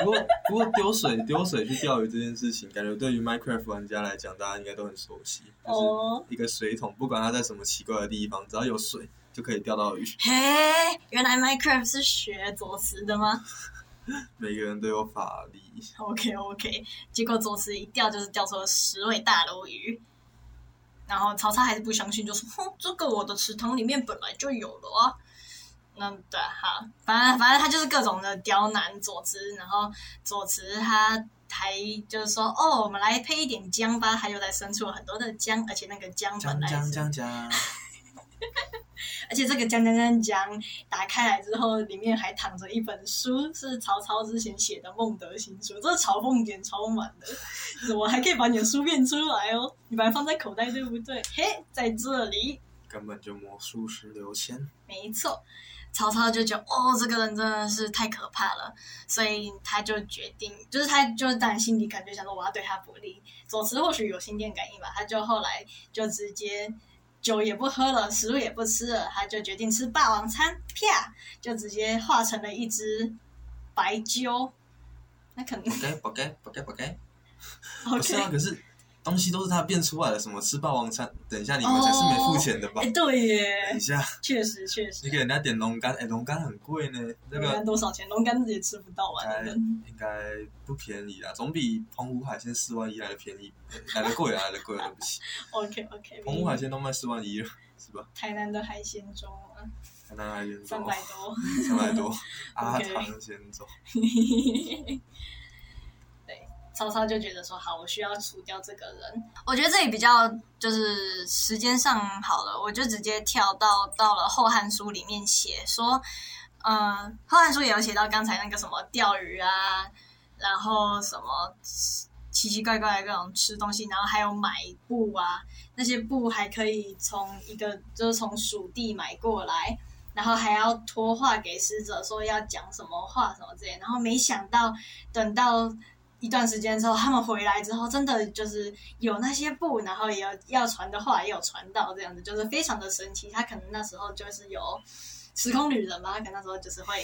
Speaker 2: 不过不过丢水丢水去钓鱼这件事情，感觉对于 Minecraft 玩家来讲，大家应该都很熟悉，就是
Speaker 1: 哦，
Speaker 2: 一个水桶，不管它在什么奇怪的地方，只要有水就可以钓到鱼。
Speaker 1: 嘿，原来 Minecraft 是学左慈的吗？
Speaker 2: 每个人都有法力，
Speaker 1: OK OK，结果左慈一钓就是钓出了十尾大鲈鱼，然后曹操还是不相信，就说：“哼，这个我的池塘里面本来就有了啊。”那对啊好，反正反正他就是各种的刁难左慈，然后左慈他还就是说：“哦，我们来配一点姜吧。”他又在生出了很多的姜，而且那个姜本
Speaker 2: 讲
Speaker 1: 来
Speaker 2: 讲
Speaker 1: 是，
Speaker 2: 讲讲，
Speaker 1: 而且这个姜姜姜姜打开来之后，里面还躺着一本书，是曹操之前写的《孟德新书》，这嘲讽点超满的。我还可以把你的书变出来哦，你把它放在口袋对不对？嘿，在这里，
Speaker 2: 根本就魔术师刘谦。
Speaker 1: 没错。曹操就觉得哦，这个人真的是太可怕了，所以他就决定，就是他就是当然心里感觉想说我要对他不利。左慈或许有心电感应吧，他就后来就直接酒也不喝了，食物也不吃了，他就决定吃霸王餐，啪，就直接化成了一只白鸠。那可能
Speaker 2: OK OK OK OK，不是
Speaker 1: OK，
Speaker 2: 啊，可是东西都是他变出来的，什么吃霸王餐？等一下你们才是没付钱的吧
Speaker 1: 哎、？ 对
Speaker 2: 等一
Speaker 1: 耶，
Speaker 2: 下，
Speaker 1: 确实确
Speaker 2: 你
Speaker 1: 实，
Speaker 2: 给人家点龙肝，哎，龙肝很贵呢，那
Speaker 1: 龙
Speaker 2: 个
Speaker 1: 肝多少钱？龙肝自己吃不到啊，
Speaker 2: 哎
Speaker 1: 真的
Speaker 2: 应该不便宜啊，总比澎湖海鲜四万一来的便宜，来的贵啊，来的贵，对 不起，
Speaker 1: OK OK，
Speaker 2: 澎湖海鲜都卖四万一了，是吧？
Speaker 1: 台南的海鲜粥啊，
Speaker 2: 台南海鲜
Speaker 1: 三
Speaker 2: 粥
Speaker 1: 百多。
Speaker 2: 三百 多，阿
Speaker 1: OK
Speaker 2: 唐鲜粥，
Speaker 1: 对，曹操就觉得说好，我需要除掉这个人。我觉得这里比较就是时间上好了，我就直接跳到到了《后汉书》里面写说，呃，《后汉书》也有写到刚才那个什么钓鱼啊，然后什么奇奇怪怪的各种吃东西，然后还有买布啊，那些布还可以从一个就是从蜀地买过来，然后还要托话给使者说要讲什么话什么之类，然后没想到等到一段时间之后，他们回来之后，真的就是有那些布，然后也有要传的话也有传到这样子，就是非常的神奇。他可能那时候就是有时空旅人吧，他可能那时候就是会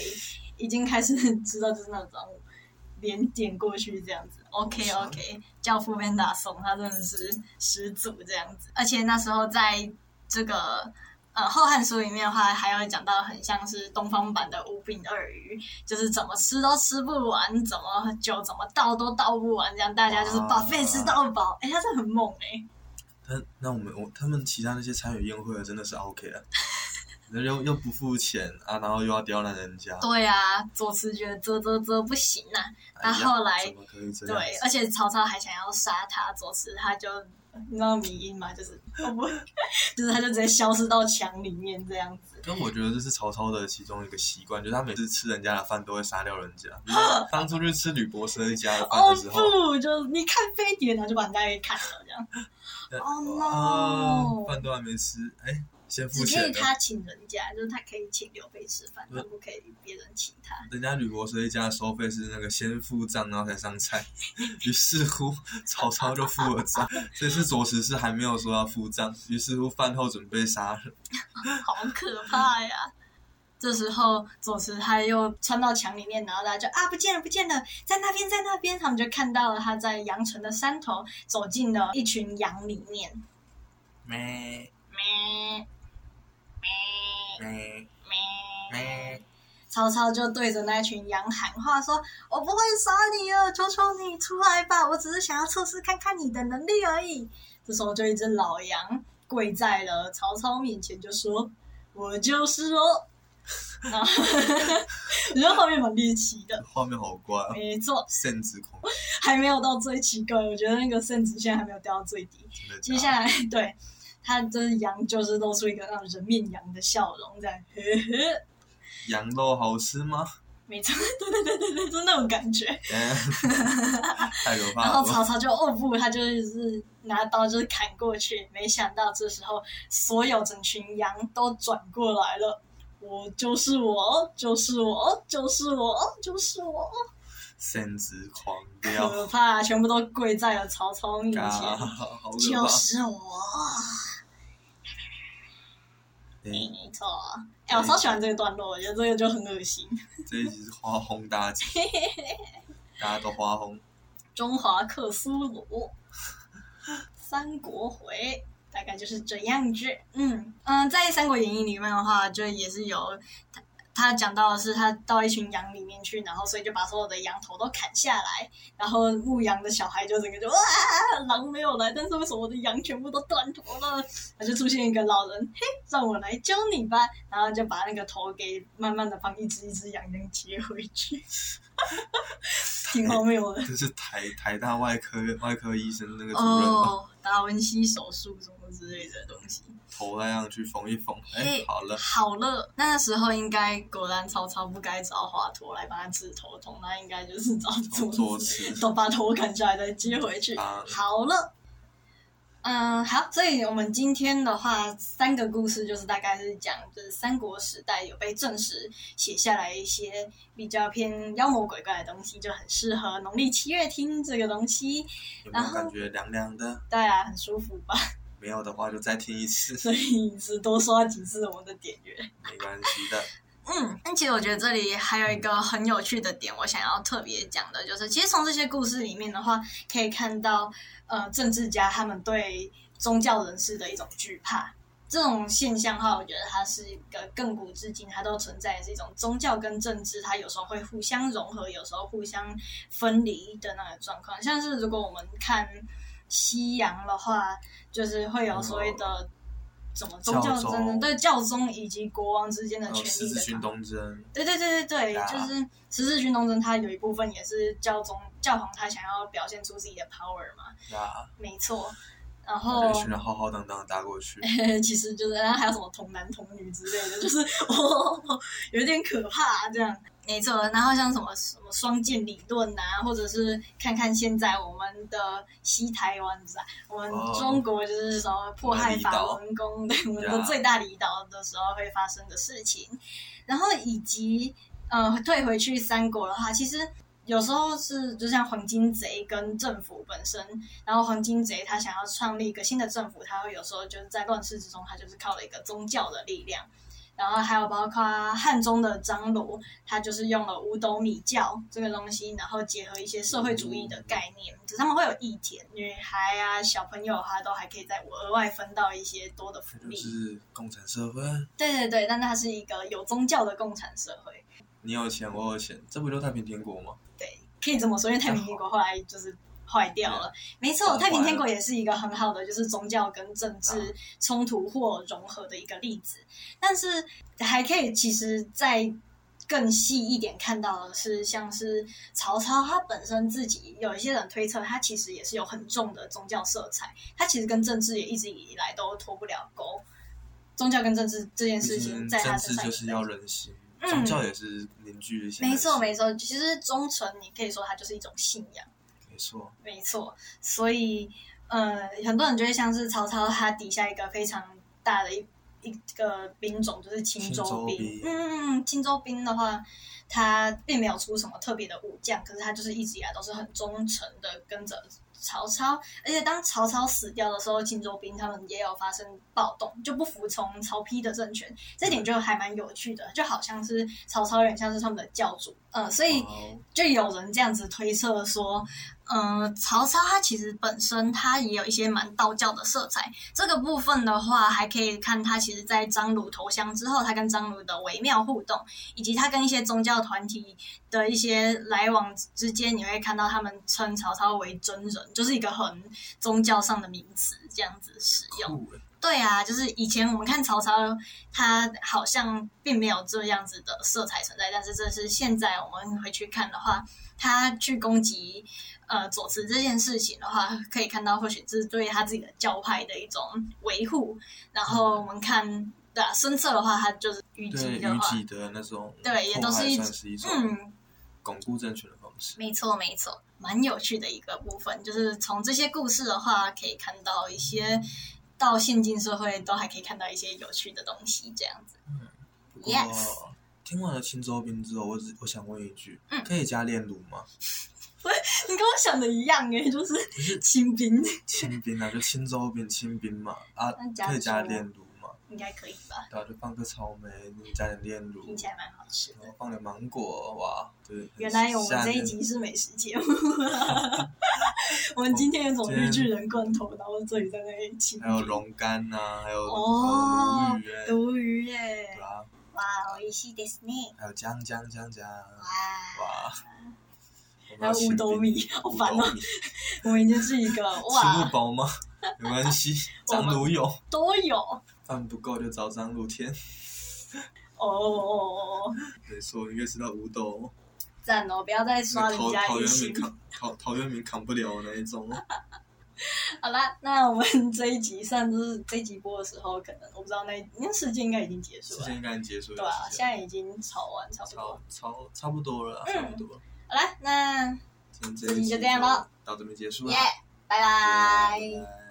Speaker 1: 已经开始知道就是那种连点过去这样子。OK 啊 OK，教父 Vanda 送他真的是始祖这样子，而且那时候在这个。呃，《后汉书》里面的话，还有讲到很像是东方版的五饼二鱼，就是怎么吃都吃不完，怎么酒怎么倒都倒不完，这样大家就是
Speaker 2: 哇
Speaker 1: 把费吃到饱。哎、他这很猛哎、
Speaker 2: 他那我们我他们其他那些参与宴会的真的是 OK 啊，人又又不付钱啊，然后又要刁难人家，
Speaker 1: 对啊，左慈觉得这这这不行啊，
Speaker 2: 哎呀
Speaker 1: 那后来
Speaker 2: 怎么可以这样
Speaker 1: 对，
Speaker 2: 子？
Speaker 1: 而且曹操还想要杀他，左慈他就你知道迷因吗？就是我不， 就是他就直接消失到墙里面这样 子。
Speaker 2: 但我觉得这是曹操的其中一个习惯，就是他每次吃人家的饭都会杀掉人家。就是
Speaker 1: 啊
Speaker 2: 当初去吃吕伯奢一家的饭
Speaker 1: 哦
Speaker 2: 的时候，
Speaker 1: 不，就是你看飞碟，然后就把你带给砍了这 样。Oh
Speaker 2: 啊
Speaker 1: 哦、，no！
Speaker 2: 饭都还没吃，哎，先付
Speaker 1: 只可以
Speaker 2: 钱嗯了。
Speaker 1: 他请人家，就是他可以请刘备吃饭，但不可以别人请他。
Speaker 2: 人家吕伯奢一家的收费是那个先付账，然后才上菜。 于是乎，曹操就付了账。这次左慈是还没有说要付账，于是乎饭后准备杀人。
Speaker 1: 好可怕呀！这时候左慈他又穿到墙里面，然后大家就啊不见了不见了，在那边在那边，他们就看到了他在羊城的山头走进了一群羊里面，
Speaker 2: 咩嗯
Speaker 1: 咩咩
Speaker 2: 咩
Speaker 1: 咩。
Speaker 2: 咩！
Speaker 1: 曹操就对着那群羊喊话说：“我不会杀你了，求求你出来吧！我只是想要测试看看你的能力而已。”这时候就一只老羊跪在了曹操面前，就说：“我就是哦，然后我觉得后面蛮猎奇的，
Speaker 2: 画面好怪、哦，
Speaker 1: 没错，
Speaker 2: 甚至恐怖，
Speaker 1: 还没有到最奇怪，我觉得那个圣旨现在还没有掉到最低。
Speaker 2: 真的假的
Speaker 1: 接下来，对他就是羊，就是露出一个让人面羊的笑容，这样，呵呵，
Speaker 2: 羊肉好吃吗？
Speaker 1: 没错，对对对对对，就那种感觉。
Speaker 2: 嗯 太可
Speaker 1: 然
Speaker 2: 怕
Speaker 1: 后
Speaker 2: 了吧。
Speaker 1: 曹操就哦不，他就是拿刀就是砍过去，没想到这时候所有整群羊都转过来了，我就是我，就是我，就是我，就是我，
Speaker 2: 甚至狂飙，
Speaker 1: 可怕，全部都跪在了曹操面
Speaker 2: 哎嘎，
Speaker 1: 前，
Speaker 2: 好可
Speaker 1: 就
Speaker 2: 怕。
Speaker 1: 是我，
Speaker 2: 诶
Speaker 1: 没错。哎、我超喜欢这个段落，我觉得这个就很恶心。
Speaker 2: 这一集是花轰大集，大家都花轰。
Speaker 1: 中华克苏鲁，三国回，大概就是这样子。嗯嗯，在《三国演义》里面的话，就也是有他他讲到的是他到一群羊里面去，然后所以就把所有的羊头都砍下来，然后牧羊的小孩就整个就哇，狼没有来，但是为什么我的羊全部都断头了？然后就出现一个老人，嘿，让我来教你吧，然后就把那个头给慢慢的帮一只一只羊羊接回去， 挺荒谬的。
Speaker 2: 这是台台大外科外科医生那个主任吧，
Speaker 1: 哦，达文西手术什么之类的东西。
Speaker 2: 头戴上去缝一缝，哎
Speaker 1: 嘿，
Speaker 2: 好了，
Speaker 1: 好了，那时候应该果然曹操不该找华佗来帮他治头痛，那应该就是找
Speaker 2: 做
Speaker 1: 左
Speaker 2: 做 吃。
Speaker 1: 都把头砍下来再接回去。
Speaker 2: 啊
Speaker 1: 好了。嗯，好，所以我们今天的话，三个故事就是大概是讲，就是三国时代有被证实写下来一些比较偏妖魔鬼怪的东西，就很适合农历七月听这个东西。
Speaker 2: 有没
Speaker 1: 然
Speaker 2: 有
Speaker 1: 后
Speaker 2: 感觉凉凉的？
Speaker 1: 对啊，很舒服吧？
Speaker 2: 没有的话就再听一次，
Speaker 1: 所以只多刷几次我们的点阅。
Speaker 2: 没关系 的。
Speaker 1: 嗯，但其实我觉得这里还有一个很有趣的点，我想要特别讲的就是，其实从这些故事里面的话，可以看到呃政治家他们对宗教人士的一种惧怕。这种现象的话，我觉得它是一个亘古至今它都存在的是一种宗教跟政治，它有时候会互相融合，有时候互相分离的那个状况。像是如果我们看西洋的话，就是会有所谓的怎么宗教
Speaker 2: 教宗
Speaker 1: 战争，对教宗以及国王之间的
Speaker 2: 然后
Speaker 1: 权
Speaker 2: 嗯十
Speaker 1: 力
Speaker 2: 字
Speaker 1: 的
Speaker 2: 军
Speaker 1: 掌握。
Speaker 2: 东征，
Speaker 1: 对对对对对，
Speaker 2: 对啊
Speaker 1: 就是《十字军东征》，它有一部分也是教宗教皇他想要表现出自己的 power 嘛，
Speaker 2: 呀，
Speaker 1: 没错。然后
Speaker 2: 就一群人浩浩荡荡地打过去，
Speaker 1: 其实就是，然后还有什么童男童女之类的，就是 哦，有点可怕、啊这样。没错，然后像什么什么双剑理论啊，或者是看看现在我们的西台湾是吧？我们
Speaker 2: 哦
Speaker 1: 中国就是什么迫害法
Speaker 2: 我
Speaker 1: 轮功，对我们的
Speaker 2: Yeah
Speaker 1: 最大离岛的时候会发生的事情，然后以及呃退回去三国的话，其实有时候是就像黄金贼跟政府本身，然后黄金贼他想要创立一个新的政府，他会有时候就是在乱世之中，他就是靠了一个宗教的力量。然后还有包括汉中的张鲁，他就是用了五斗米教这个东西，然后结合一些社会主义的概念，只是他们会有义田，女孩啊、小朋友啊，都还可以再额外分到一些多的福
Speaker 2: 就
Speaker 1: 利。
Speaker 2: 是共产社会。
Speaker 1: 对对对，但它是一个有宗教的共产社会，
Speaker 2: 你有钱，我有钱，这不就太平天国吗？
Speaker 1: 对，可以这么说，因为太平天国后来就是坏掉了。没错，
Speaker 2: 嗯
Speaker 1: 太平天国也是一个很好的就是宗教跟政
Speaker 2: 啊
Speaker 1: 治冲突或融合的一个例子。但是还可以，其实再更细一点看到的是，像是曹操他本身自己，有一些人推测他其实也是有很重的宗教色彩，他其实跟政治也一直以来都脱不了钩。宗教跟政治这件事
Speaker 2: 毕
Speaker 1: 情，
Speaker 2: 竟
Speaker 1: 在他身
Speaker 2: 政治
Speaker 1: 上
Speaker 2: 就
Speaker 1: 也
Speaker 2: 是要人心，
Speaker 1: 嗯
Speaker 2: 宗教也是凝聚一些人心。
Speaker 1: 没错，没错，其实忠诚，你可以说它就是一种信仰，
Speaker 2: 没错，
Speaker 1: 没错。所以，呃，很多人觉得像是曹操他底下一个非常大的一一个兵种就是青州兵，
Speaker 2: 青州兵
Speaker 1: 嗯，嗯青州兵的话，他并没有出什么特别的武将，可是他就是一直以来都是很忠诚的跟着曹操，而且当曹操死掉的时候，青州兵他们也有发生暴动，就不服从曹丕的政权，这点就还蛮有趣的，就好像是曹操有点像是他们的教主，嗯、所以
Speaker 2: 哦
Speaker 1: 就有人这样子推测说，嗯、曹操他其实本身他也有一些蛮道教的色彩，这个部分的话，还可以看他其实，在张鲁投降之后，他跟张鲁的微妙互动，以及他跟一些宗教团体的一些来往之间，你会看到他们称曹操为真人，就是一个很宗教上的名词，这样子使用。
Speaker 2: 酷欸
Speaker 1: 对啊，就是以前我们看曹操，他好像并没有这样子的色彩存在，但是这是现在我们回去看的话，他去攻击呃左慈这件事情的话，可以看到或许这是对他自己的教派的一种维护。然后我们看对啊，孙策的话，他就是虞
Speaker 2: 对
Speaker 1: 姬的
Speaker 2: 于
Speaker 1: 话，
Speaker 2: 己的那种
Speaker 1: 对也都
Speaker 2: 破坏
Speaker 1: 是一
Speaker 2: 算是一种
Speaker 1: 嗯，
Speaker 2: 巩固政权的方式。
Speaker 1: 没错，没错，蛮有趣的一个部分，就是从这些故事的话，可以看到一些到现今社会都还可以看到一些有趣的东西，这样子。
Speaker 2: 不过
Speaker 1: Yes，
Speaker 2: 听完了青州兵之后，我只我想问一句，
Speaker 1: 嗯
Speaker 2: 可以加炼乳吗？
Speaker 1: 你跟我想的一样诶，就是清兵
Speaker 2: 清兵啊，就青州兵、清兵嘛，啊，
Speaker 1: 那加
Speaker 2: 可以加
Speaker 1: 醋
Speaker 2: 炼乳嘛？
Speaker 1: 应该可以吧？
Speaker 2: 对啊，就放个草莓，你加点炼乳，
Speaker 1: 听起来蛮好吃的。
Speaker 2: 然后放点芒果，哇，对。
Speaker 1: 原来我们
Speaker 2: 夏
Speaker 1: 这一
Speaker 2: 天
Speaker 1: 集是美食节目，我们今天有种日剧人罐头，然后这里在那里清
Speaker 2: 还有
Speaker 1: 兵
Speaker 2: 龙肝呐、还有
Speaker 1: 哦
Speaker 2: 鲈鱼、欸，
Speaker 1: 鲈鱼
Speaker 2: 对
Speaker 1: 耶，
Speaker 2: 啊，
Speaker 1: 哇，美味しいですね，
Speaker 2: 还有姜姜姜姜，
Speaker 1: 哇，
Speaker 2: 哇，我
Speaker 1: 还有
Speaker 2: 们要
Speaker 1: 乌
Speaker 2: 清
Speaker 1: 冬
Speaker 2: 冰
Speaker 1: 米，好
Speaker 2: 乌
Speaker 1: 烦
Speaker 2: 冬
Speaker 1: 哦。
Speaker 2: 米
Speaker 1: 我们已经是一个
Speaker 2: 吃
Speaker 1: 哇
Speaker 2: 不，饱吗？没 关系，张鲁有，
Speaker 1: 都有哦
Speaker 2: 饭不够就找张鲁天。
Speaker 1: 哦哦，
Speaker 2: 没错，应该吃到五斗，
Speaker 1: 赞哦！不要再刷
Speaker 2: 那
Speaker 1: 人
Speaker 2: 陶
Speaker 1: 家
Speaker 2: 陶
Speaker 1: 一
Speaker 2: 渊明
Speaker 1: 星。
Speaker 2: 扛陶陶渊明扛不了那 一种哦。
Speaker 1: 好啦，那我们 这一集上次这一集播的时候，可能我不知道那那世界应该已经结束
Speaker 2: 之
Speaker 1: 了
Speaker 2: 前，应该已经结束了，
Speaker 1: 对啊，
Speaker 2: 是
Speaker 1: 现在
Speaker 2: 不
Speaker 1: 已经吵完差不
Speaker 2: 是
Speaker 1: 多
Speaker 2: 差。差差不多了，
Speaker 1: 嗯
Speaker 2: 差不多了。
Speaker 1: 好啦，那耶，
Speaker 2: 今天这一集
Speaker 1: 就这样咯
Speaker 2: 到这边结束了，
Speaker 1: 拜拜。
Speaker 2: 拜拜